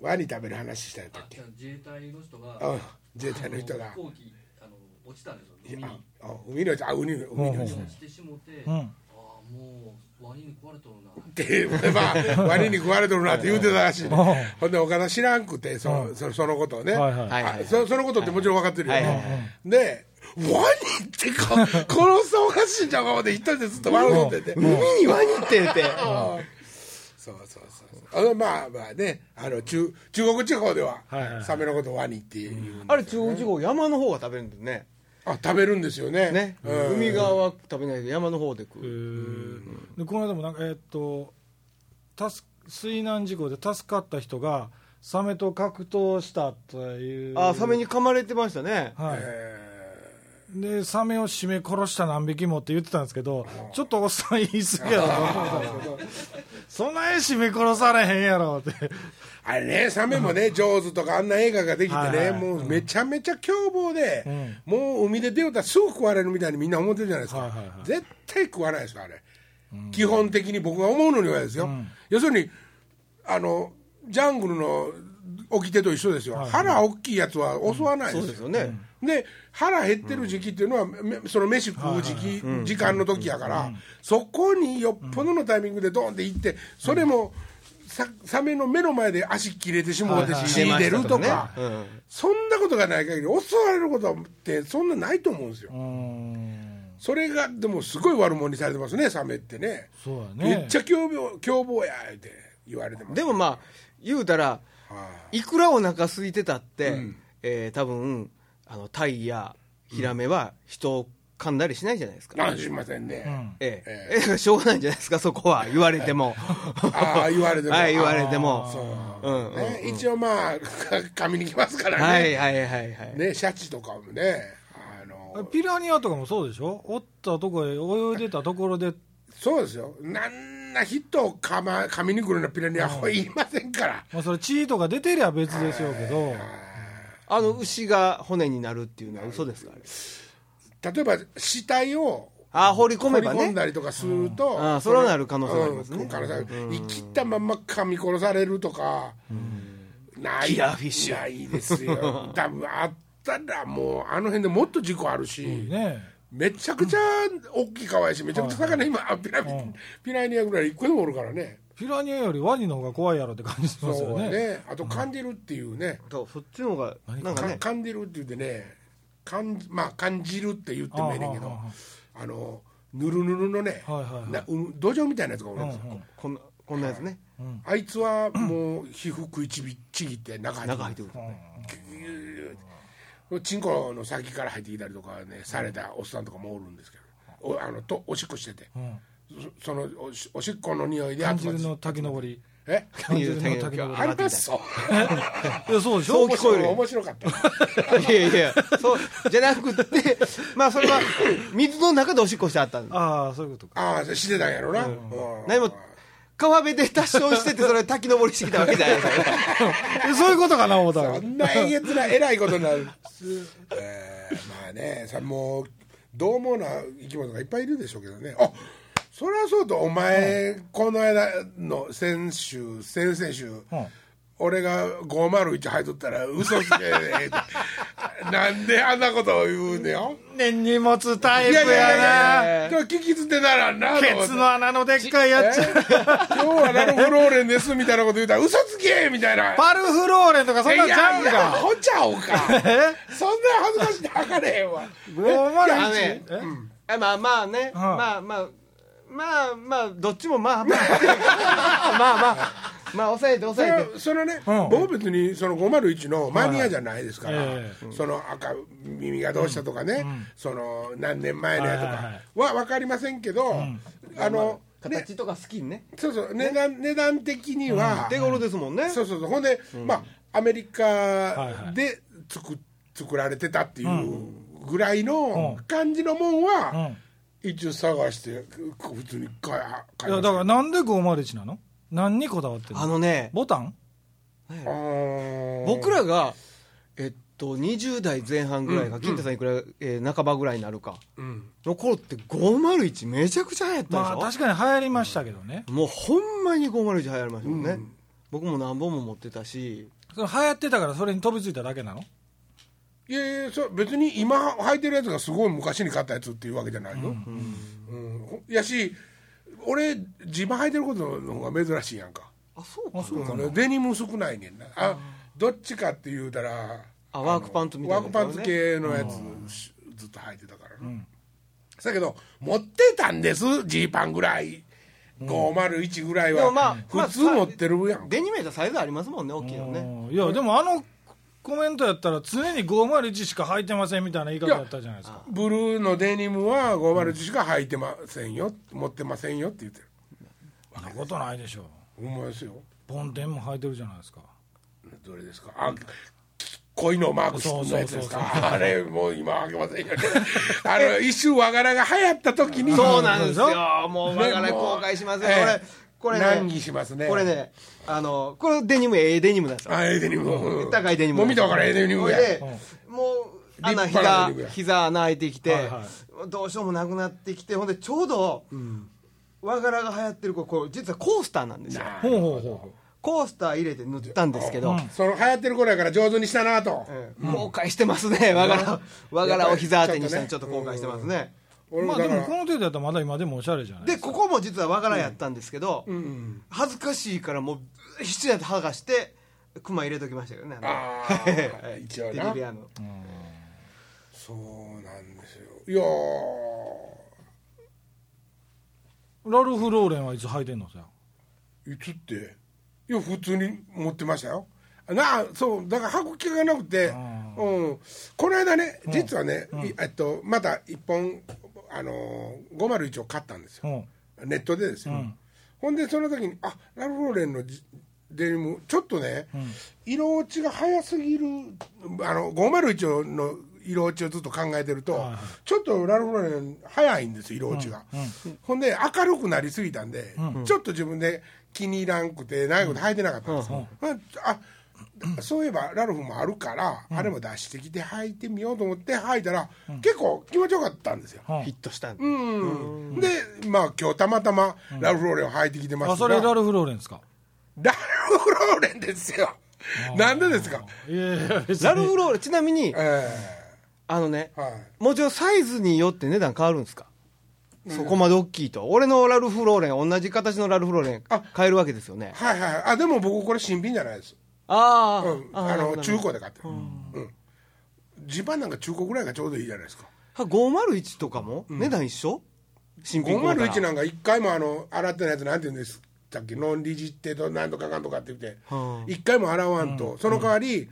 A: ワニ食べる話したんやったっけ
D: じゃあ自衛隊の人が
A: うん自衛隊の人が
D: 飛行機あの落ちたんですよ海に
A: ああ海のあ海の海の
B: ほうほう
A: っ
B: ほ
D: 落ちてしもて、
B: う
D: あ
B: ん
D: あもうワニに食われとるな
A: て、 *laughs* まあ、ワニに食われとるなって言うてたらしい、ね
B: はい
A: ほんで岡田知らんくてそ,、そそのことをね、
B: はいはい
C: はいはい
A: あそそのことってもちろん分かってるよ、
C: はいはいは
A: でワニってここの人おかしいんちゃうか思って一人でずっと笑うとってて、
C: 海にワニってって
A: そうそうそうそうあのまあまあねあの中中国地方では、
B: はいはいはい
A: サメのことをワニっていう、
C: *laughs* あれ中国地方山の方が食べるんですね
A: あ食べるんですよね
C: ね
A: うん
C: 海側は食べないけど山の方で食う
B: でこの間もなんかえーっと助水難事故で助かった人がサメと格闘したという
C: あサメに噛まれてましたね
B: はい
A: え
B: でサメを締め殺した何匹もって言ってたんですけどちょっとおっさん言い過ぎやろと思ったんですけどそんなに締め殺されへんやろって
A: ーあれねサメもね「ジョーズ」とかあんな映画ができてね、
B: はいはい
A: もうめちゃめちゃ凶暴で、もう海で出よったらすぐ食われるみたいにみんな思ってるじゃないですか、
B: はいはいはい
A: 絶対食わないですよあれ、基本的に僕が思うのにはですよ、要するにあのジャングルの掟と一緒ですよ、腹大きいやつは襲わないですよ
C: そうですよね
A: で腹減ってる時期っていうのは、めその飯食う時期、時間の時やから、そこによっぽどのタイミングでドンって行ってそれも、さサメの目の前で足切れてしもうて
B: はいはい
A: 死んでるとか
C: 出ましたとかねうん
A: そんなことがない限り襲われることってそんなないと思うんですよ、
B: うん
A: それがでもすごい悪者にされてますねサメってね
B: そうや
A: めっ
B: ね
A: ちゃ凶暴凶暴やって言われてます
C: でもまあ言うたらいくらお腹空いてたって、えー多分あのタイやヒラメは人を噛んだりしないじゃないですか、
A: なんしませんね、
C: えええ *laughs* えしょうがないんじゃないですかそこは言われても
A: ああ言われても
C: *laughs* はい言われても
A: そう、
C: うんうん
A: ね一応まあ紙に来ますからね、
C: はいはいはいはい、
A: ね、シャチとかもね、あの
B: ピラニアとかもそうでしょおったとこへ泳いでたところで
A: そうですよ、なんな人をかま噛みに来るようなピラニアは言いませんから、
B: まあそれ血とか出てりゃ別でしょうけど
C: あの牛が骨になるっていうのは嘘ですかあれ
A: 例えば死体を
C: あ放り込
A: 掘
C: め
A: り
C: ば
A: 込ん
C: ね
A: だりとかすると、
C: んああそれはなる可能性がありますね
A: うん可能性ある生きたまんま噛み殺されるとか、ない
C: キラーフィッシュ *laughs*
A: ないですよ、多分あったらもうあの辺でもっと事故あるし、
B: ね
A: めちゃくちゃ大きい川やしめちゃくちゃ魚今あピラミ
B: うん
A: ピラニアぐらい一個でもおるからね
B: ピラニアよりワニの方が怖いやろって感じします
A: そ
B: よ
A: う
B: ね
A: ねあとカンデルっていうね
C: そうそっちの方が
B: 何
C: なんか
A: か
C: ね
A: カンデルって言ってね感じまあ感じるって言ってもええねんけ
B: ああ
A: ど
B: あ
A: あのぬるぬるのね
B: はいはいはい
A: なうん土壌みたいなやつがおるんですよ
B: うんうん
C: こんなこんなやつね
A: あいつはもう皮膚食いちびちぎって中
C: 中入
A: 入
C: っ
A: ってて
C: くる
A: るチンコの先から入ってきたりとかねされたおっさんとかもおるんですけどおあのとおしっこしてて
B: うんうん
A: そそのおしおしっこの匂いで
B: 感
A: 集
B: じ
A: まっ
B: る
A: て
B: の滝登り
A: え
B: 感じるの滝登
A: ありますそう
B: りいやそうでし
C: そ
B: ょ
C: う聞こえるよ
A: 面白かった
C: *laughs* いやいやそうじゃなくって *laughs* まあそれは水の中でおしっこしてあったんだ
B: ああそういうことか
A: ああしてたんやろな、うん
C: 何も川辺で脱走しててそれ滝登りしてきたわけじゃないですよ
B: *laughs* えそういうことかな思ったら
A: そんなえげつないえらいことになる、えーまあねさもうどう猛な生き物がいっぱいいるでしょうけどねあそりゃそうとお前、この間の先週先々週、俺が501入っとったら嘘つけね *laughs* なんであんなことを言うねよ
B: ね荷物タ
A: い
B: イ
A: やい
B: プ
A: やいやい
B: や
A: や今日聞き捨てならんな
B: な
A: と思っ
B: ケ
A: て
B: ツの穴のでっかいやつ
A: え今日はナノフローレンですみたいなこと言うたら嘘つけみたいな
B: パルフローレンとかそんなんちゃう
A: いやいや
B: か
A: ほちゃおか
B: え
A: そんな恥ずかしいなあかれへ
B: *laughs*
A: んわ
C: あのね
B: 501え
C: あまあまあね、
B: はい
C: まあまあまあまあどっちもまあ *laughs* まあまあまあまあ抑えて
A: そ
C: 抑え
A: れ
C: て
A: それね、
B: うん
A: 僕別にその501のマニアじゃないですから、
B: はいはいえ
A: その赤耳がどうしたとかね、その何年前のやと
B: はいはい
A: かは分かりませんけど、あの、ね、
C: 形とか好きね
A: そうそう値段値段的には、
C: 手頃ですもんね
A: そうそうそうほんで、まあアメリカで作作られてたっていうぐらいの
B: うん
A: 感じのもんは、
B: うん
A: 一応探して普通に買い買いま
B: いや
A: した
B: だからなんで501なの何にこだわってる
C: あ
B: の
C: のね
B: ボタン
A: あー
C: 僕らがえっと20代前半ぐらいか、金太さんいくら、えー半ばぐらいになるか
A: うん
C: の頃って501めちゃくちゃ流行ったでし
B: ま
C: ょ、
B: あ確かに流行りましたけどね
C: もうほんまに501流行りましたもんね、
A: うん
C: 僕も何本も持ってたし
B: それ流行ってたからそれに飛びついただけなの
A: いやいやそう別に今履いてるやつがすごい昔に買ったやつっていうわけじゃないよ、うんほやし俺自分履いてることの方が珍しいやんか
C: あそう
B: あそうかな
A: うんデニム少ないねんなあどっちかって言うたら
C: あワークパンツみたいな
A: ワークパンツ系のやつしずっと履いてたからな、だけど持ってたんですジーパンぐらい501ぐらい
C: で
A: は
C: もまあまあ
A: 普通持ってるやん
C: デニムやったらサイズありますもんね大きいのね
B: うんいやでもあのコメントやったら常に501しか履いてませんみたいな言い方だったじゃないですか
A: ブルーのデニムは501しか履いてませんよ持ってませんよって言ってる
B: そんなことないでしょ
A: ほんまですよ
B: ボンテンも履いてるじゃないですか
A: どれですかあ恋のマークのやつです
B: そうそう
A: かあれもう今開けませんよねあの
B: *laughs*
A: 一瞬和柄が流行った時に
C: そうなんです
B: そうで
C: よもう我々公開しますよこれこれ
A: 難儀
C: ね
A: しますね
C: これねあのこれデニムええデニムなんですよ
A: あええデニム、うん
C: 高いデニム
A: もう見たからええデニムや
C: これでもう穴
A: 立派な
C: 膝
A: デニムや
C: 膝穴開いてきて、
B: はいは
C: どうしようもなくなってきてほんでちょうど、和柄が流行ってる子これ実はコースターなんですよ
A: なあ
B: ほうほうほうほ
C: コースター入れて塗ったんですけど、
A: その流行ってる頃やから上手にしたなと、
C: うん後悔してますね和柄を和柄を膝当てにしたのち
A: ち
C: ょ
A: ょ
C: っ
A: っ
C: と
A: とね
C: 後悔してますね、
B: う
A: 俺
B: ま
A: も
B: あ
A: だ
B: で
A: か
B: も
A: ら、
B: この程度やったらまだ今でもおしゃれじゃない
C: でここも実は和柄やったんですけど、恥ずかしいからもう必死で剥がしてクマ入れときましたけどねあの
A: ああ
C: *laughs*
A: 一応
C: テレ
A: な
C: ビ屋の
A: そうなんですよいやー
B: ラルフ・ローレンはいつ履いてんのさ
A: いつっていや普通に持ってましたよなあそうだから履く気がなくて、うん、この間ね実はね、いえっと、また一本あのー501を買ったんですよ
B: うん
A: ネットでですよ、ほんでその時にあラルフ・ローレンのじデニムちょっとね、色落ちが早すぎるあの501の色落ちをずっと考えてると、ちょっとラルフ・ローレン早いんですよ色落ちが、ほんで明るくなりすぎたんで、ちょっと自分で気に入らんくて長いこと履いてなかったんですよ、あそういえばラルフもあるから、あれも出してきて履いてみようと思って履いたら、結構気持ちよかったんですよ、
B: うん
C: ヒットしたんで
A: うんでまあ今日たまたまラルフ・ローレンを履いてきてます
B: あ
A: が
B: それラルフ・ローレンですか
A: ラルフ・ローレンですよなんでですか
B: いやいや別に
C: ラルフローレンちなみに
A: え
C: あのね
A: えはい
C: もちろんサイズによって値段変わるんですかそこまで大きいと俺のラルフローレン同じ形のラルフローレン
A: あ
C: 買えるわけですよね
A: はいはいあでも僕これ新品じゃないです
C: あー
A: うん
C: あ
A: あの中
C: 古
A: 古で買ってるうんジパンなんか中古ぐらいがちょうどいいじゃないですか
C: 501とかも値段一緒新品買うたら
A: 501なんか一回もあの洗ってないやつなんて言うんですだっけノンリジってとなんとかかんとかって言って
C: はあ
A: 一回も洗わんと、その代わり、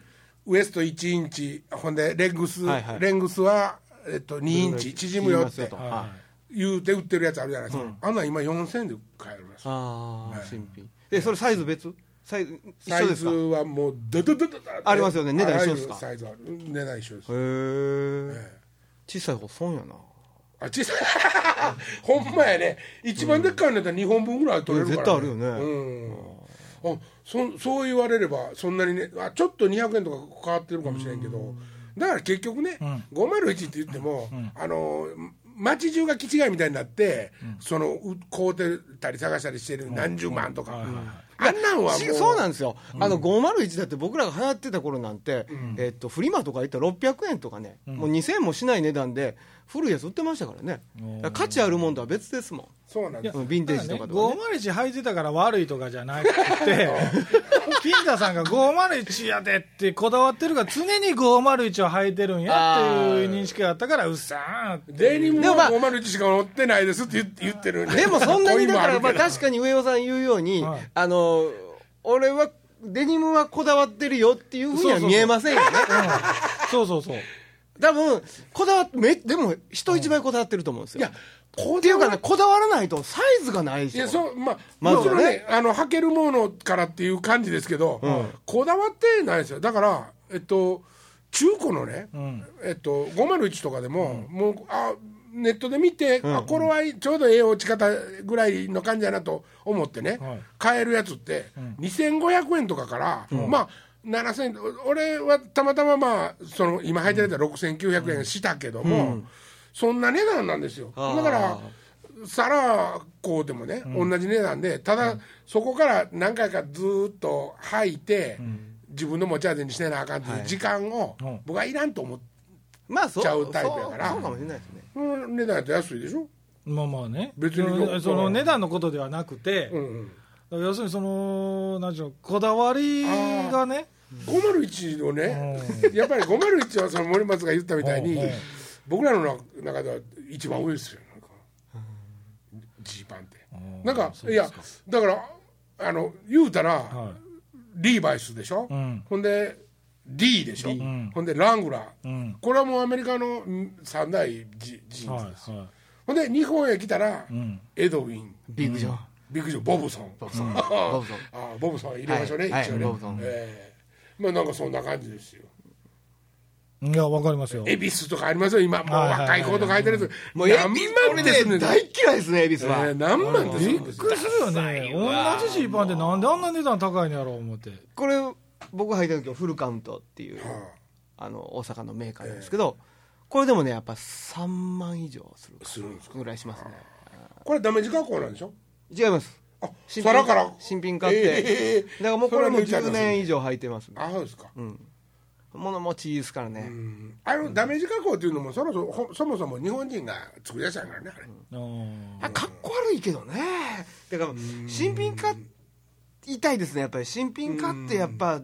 A: ウエスト1インチほんでレングス、
C: はいはい
A: レングスは、えっと、2インチ縮むよって
C: 縮みますよと
B: は
A: 言うて売ってるやつあるじゃないですか、あんなん今4000円で買えるんです
C: ああ新品でそれサイズ別サイズ一
A: サ
C: 緒
A: イ
C: です
A: ズ
C: かへ
A: はもうドドドドドって
C: ありますよね値段一緒ですか
A: あらゆるサイズあるうん値段一緒です
C: え
A: え
C: 小さい方損やな
A: あ小さい *laughs* ほんまやね一番でっかいのやったら2本分ぐらい取れるから、
C: うん絶対あるよ
A: うんあそそう言われればそんなにねあちょっと200円とか変わってるかもしれんけどだから結局ね、501って言っても、あの町中が気違いみたいになって、そのう買うてたり探したりしてる何十万とか、あんなんはもう
C: しそうなんですよ、あの501だって僕らが流行ってた頃なんて、えっとフリマとか行ったら600円とかね、もう2000円もしない値段で古いやつ売ってましたからね
B: おー
C: だから価値あるもんとは別ですも
A: そうなん
B: い
A: で
B: や
A: す
C: うんヴィンテージとかとかね
B: だらね501履いてたから悪いとかじゃなくて金田さんが501やでってこだわってるから常に501を履いてるんやっていう認識があったからうっさーんって
A: デニム
C: でもまあ
A: は501しか乗ってないですって言って言ってる
C: んでもそん
A: *laughs*
C: なにだからまあ
A: か
C: 確かに上尾さん言うように、
B: はい
C: あの俺はデニムはこだわってるよっていうふうには見えませんよね
B: そうそうそう
C: 多分こだわっめでも人一倍こだわってると思うんですよ、
A: いやこ
C: っていうか
A: ね
C: ねこだわらないとサイズがないで
A: い
C: しょ
A: やそうまあ、
C: まずは
A: もちろんね
C: ね
A: あの履けるものからっていう感じですけど、こだわってないですよだからえっと中古のね、えっと、501とかでも、もうあネットで見て、あこれはちょうどええ落ち方ぐらいの感じやなと思ってね、
B: はい
A: 買えるやつって、2500円とかから、まあ7000円俺はたまたままあその今履いてるやつは6900円したけども、そんな値段なんですよ
C: あー
A: だからサラこうでもね、同じ値段でただ、そこから何回かずーっと履いて、自分の持ち味にしないなあかんっていう時間を、
B: うん
A: 僕はいらんと思って、
C: まあそう
A: ちゃうタイプやから
C: そうそうかもしれないですね
A: うん値段やと安いでしょ、
B: まあまあね
A: 別に
B: そのその値段のことではなくて、
A: うんうん、
B: 要するにそのなんていうのこだわりがね
A: 501のね、やっぱり501はその森松が言ったみたいに、
B: うんうん
A: 僕らの中では一番上ですよなんかジー、パンって、なんかいやだからあの言うたら、
B: は
A: リーバイスでしょ、
B: ん
A: ほんで D でしょ、
B: ん
A: ほんでラングラー、
B: うん
A: これはもうアメリカの3大ジジ
B: い
A: ーンズ
B: は
A: です、
B: いは
A: ほんで日本へ来たら、
B: ん
A: エドウィン
C: ビッグジョン、
A: ビッグジョーボブソンボブソン
C: ボブソン
A: *laughs* あボブソン入れましょうね、
C: はい
A: 一応ね、
C: はいボブソン
A: ええまあなんかそんな感じですよ
B: いいやわかりますよ
A: 恵比寿とかありますよ今もう若い子とか入ってるやつ
C: もうエビ
A: 何万ですね
C: 大嫌いですね、エビス
A: え
C: は。
A: ー何万です
B: びっくりするよね同じジーパンでなんであんな値段高いのやろう思って
C: これ、僕が履いた時はフルカウントっていう、
A: は
C: あの、大阪のメーカーなんですけど、これでもね、やっぱ3万以上するか
A: するんですか
C: ぐらいしますね。
A: これダメージ加工なんでしょ
C: 違います。
A: あ
C: 新
A: 皿から
C: 新品買って、
A: ええ
C: だからもうこれも
A: そは抜
C: 10
A: いてあ
C: 年
A: り
C: 以上履いてますね。
A: ますあそうですか、
C: 物持ちいいですからね。
A: あのダメージ加工っていうのもそろそろほそもそも日本人が作り出したんやからねあれ、
B: あー
C: あかっこ悪いけどね。だから、新品買痛いですね、やっぱり。新品買って、やっぱ、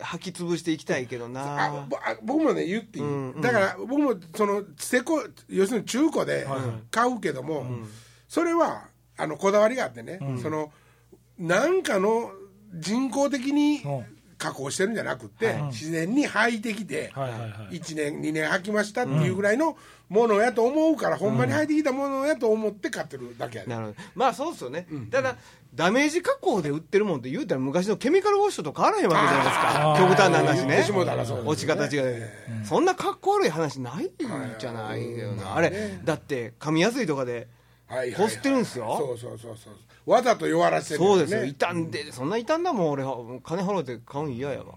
C: 履き潰していきたいけど
A: あ
C: な。
A: ぼあ僕もね言っていい、
C: んうん
A: だから僕もそのセコ要するに中古で買うけども、それはあのこだわりがあってね、そのなんかの人工的に
B: うん
A: 加工してるんじゃなくって、自然に履いてきて、
B: はいはいはい
A: 1年2年履きましたっていうぐらいのものやと思うから、ほんまに履いてきたものやと思って買ってるだけやね、
C: なるほどまあそうですよね、ただダメージ加工で売ってるもんって言うたら昔のケミカルウォッシュと変わらへんわけじゃないですか
B: あー
C: 極端な話
A: 言っ
C: ね
A: てしもうたらそうですね
C: 落ち方違う、そんなかっこ悪い話ないじゃないよなあれだって噛みやすいとかで
A: はいはいはい
C: こすってるんですよ
A: そうそうそうそうわざと弱らせてる
C: そ
A: よ
C: う
A: ね
C: ですよ傷んでそんな傷んだもん俺は金払って買うん嫌やわ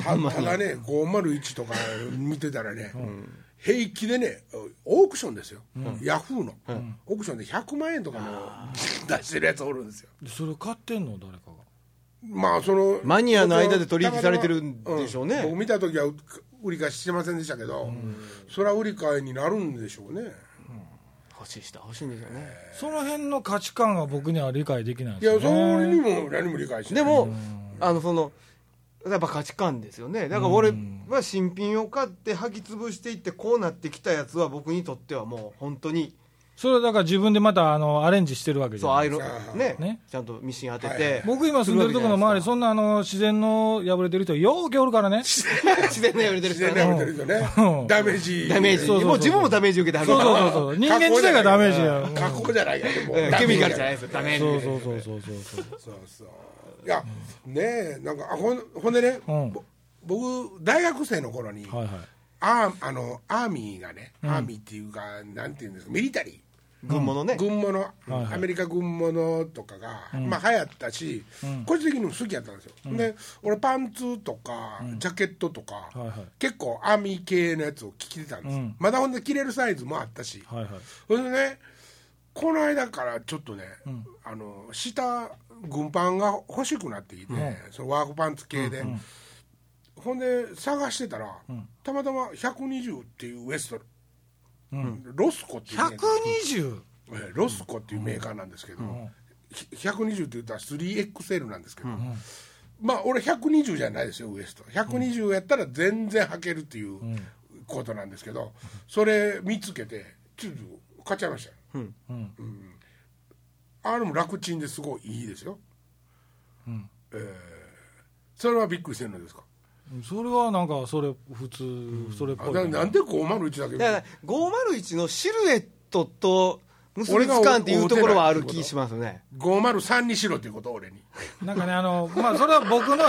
A: たただね501とか見てたらね、平気でねオークションですよ、ヤフーの、オークションで100万円とかの出してるやつおるんですよ
B: それ買ってんの誰かが
A: まあその
C: マニアの間で取引されてるんでしょうね
A: ん僕見た時はう売り買いしてませんでしたけど、それは売り買いになるんでしょうね、
C: 欲しい人は欲しいんですよね
B: その辺の価値観は僕には理解できない
A: い
B: で
A: や
B: す
A: それに
B: ね
A: も何も理解しな
C: で
A: い
C: もあのそのやっぱ価値観ですよねだから俺は新品を買って履き潰していってこうなってきたやつは僕にとってはもう本当に
B: それはだから自分でまたあのアレンジしてるわけじ
C: そ
B: ゃ
C: うア
B: ない
C: イロンね
B: ね
C: ちゃんとミシン当て
A: はいはいはい
C: て
B: 僕今住んでるところの周り
C: す
B: そんなあの自然の破れてる人ようけおるからね
C: *laughs* るわけじゃないですか自然のやれてる
A: 自
C: 人は
A: 然
C: ね
A: にてるよね
B: うん
A: ダメージ
C: ダメージ
B: そうそうそう
C: もう自分もダメージ受けてはる
B: そう
C: か
B: そう
C: ら
B: そうそう人間自体がダメージやうん
A: 加工じゃないやでも
C: うんケミカルじゃないですよダメージ
B: そう
C: 受けてる
B: そうそうそうそうそ
A: そ
B: う
A: うそういやねえなんかあほんほんでね、
B: うん
A: ぼ僕大学生の頃に、
B: はいはい
A: ああのアーミーがね、アーミーっていうかなんていうんですかミリタリー
C: 軍物ね
A: 軍物、
B: はいはい
A: アメリカ軍物とかが、まあ流行ったし、個人的にも好きやったんですよ、で俺パンツとか、ジャケットとか、
B: はいはい
A: 結構アーミー系のやつを着てたんです、
B: うん
A: まだほんで着れるサイズもあったし、
B: はいはい
A: それでねこの間からちょっとね、あの下軍パンが欲しくなってきて、そのワークパンツ系で、ほんで探してたら、たまたま120っていうウエスト、ロスコっていうメーカー
B: 120?
A: えーロスコっていうメーカーなんですけど、ひ120って言ったら 3XL なんですけど、まあ俺120じゃないですよウエスト120やったら全然履けるっていうことなんですけど、それ見つけてちょっと買っちゃいましたよ
C: うん
B: うん
A: あれも楽ちんですごいいいですよ、
B: うん
A: えーそれはびっくりしてるのですか
B: それはなんかそれ普通それっ
A: あ
B: ぽい
A: ななんで501だけ
C: だから501のシルエットと結びつかんっていうところはある気しますね
A: 503にしろっていうこと俺に
B: なんかね、あの、まあ、それは僕
C: *laughs*
B: の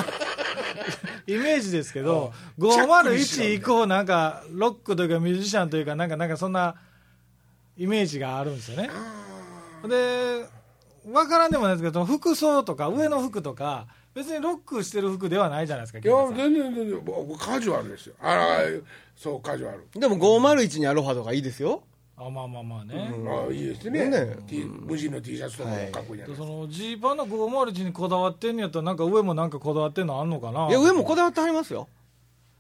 B: イメージですけど、501以降、なんか、ロックというか、ミュージシャンというか、なんか、なんか、そんなイメージがあるんですよね。で、わからんでもないですけど、服装とか、上の服とか、別にロックしてる服ではないじゃないですか、
A: いや
B: 木村さ
A: 全
B: ん
A: 然全然僕カジュアルですよああそうカジュアル
C: でも501にアロハとかいいですよ
B: あまあまあまあね。
A: ああいいですね
C: ね
A: T 無地の T シャツとかもかっこいいじゃないで
B: で
A: すか、
B: そのジーパンの501にこだわってんのやったらなんか上もなんかこだわってんのあんのかない
C: いや上もこだわってはりますよ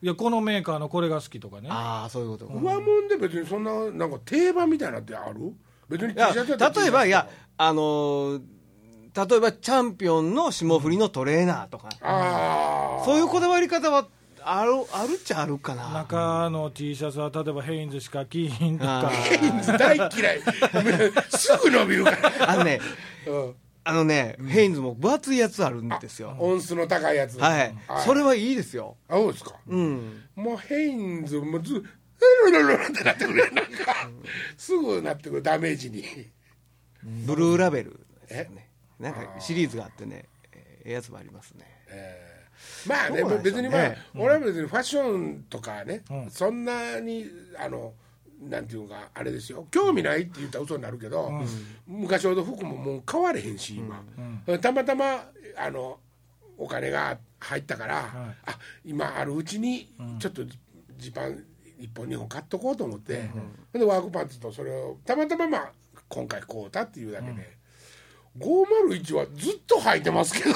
B: やこのメーカーのこれが好きとかね
C: ああそういうことか
A: 上もんで別にそんななんか定番みたいなってある別に
C: い
A: T シ
C: や
A: ャツやったら T シャツ
C: 例えばいやあのー例えばチャンピオンの霜降りのトレーナーとか、
A: ああ
C: そういうこだわり方はあるあるっちゃあるかな
B: 中の T シャツは例えばヘインズしか着ひんとか
C: あー
A: 大嫌い *laughs* すぐ伸びるから
C: あのね、あのね、ヘインズも分厚いやつあるんですよ。
A: 音数の高いやつ
C: はい。それはいいですよ。
A: あそうですか、
C: うん。
A: もうヘインズもずルルルルってなってくるやんなんかすぐなってくるダメージに
C: ブルーラベルですよね。なんかシリーズがあってね、ええやつもありますね。
A: えーまあね
C: そうなんで
A: 別
C: すよ
A: に
C: ね
A: まあ、俺は別にファッションとかね、そんなにあのなんていうかあれですよ興味ないって言ったら嘘になるけど、昔ほど服ももう買われへんし今、たまたまあのお金が入ったから、あ今あるうちにちょっとジパン1本2本買っとこうと思って、でワークパンツとそれをたまたままあ今回買うたっていうだけで、501はずっと履いてますけど。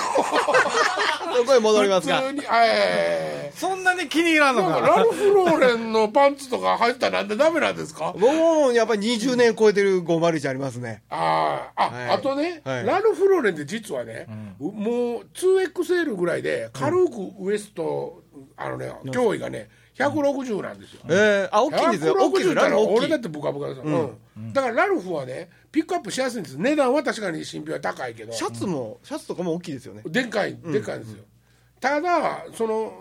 C: そこへ戻ります
A: 普
C: が
A: 通。にえ
B: そんなに気に入らん
A: ー
B: の
A: なんか
B: か
A: ラルフ・ローレンのパンツとか入ったらなんでダメなんですか
C: 僕もやっぱり20年超えてる501ありますね。
A: あーあ、
C: はい
A: あとね、
C: はい
A: ラルフ・ローレンって実はね、うもう 2XL ぐらいで軽くウエスト、あのね脅威がね160なんですよ、
C: ええあ、大きいんですよ。大きい
A: 160
C: です
A: だ
C: ラル
A: ら
C: フ大き
A: 俺
C: い
A: だっ。てブカブカですよ、うんだからラルフはねピックアップしやすいんです値段は確かに新品は高いけど
C: シャツも、シャツとかも大きいですよね。
A: でっかいでっかいんですよ、ただその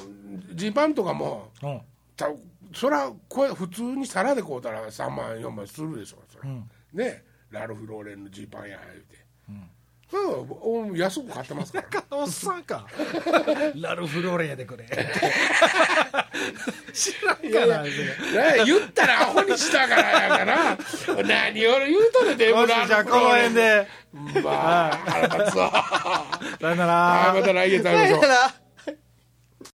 A: ジーパンとかも
B: な、うん
A: たそらこれ普通に皿で買うたら3万4万するでしょそら、ねラルフ・ローレンのジーパンや言うて、うん、お安く買ってますから、
B: おっさんか *laughs* ラルフ・ローレンやでこれ *laughs* 知らんか
A: いや
B: なそれ
A: ね、言ったらアホにしたからやから何を言うとねデ
B: よ
A: ブ
B: し
A: ラ
B: じゃあこの辺で
A: まあ腹立つわ
B: さよな
A: は
B: ら
A: いまた来月会いましょう
C: だから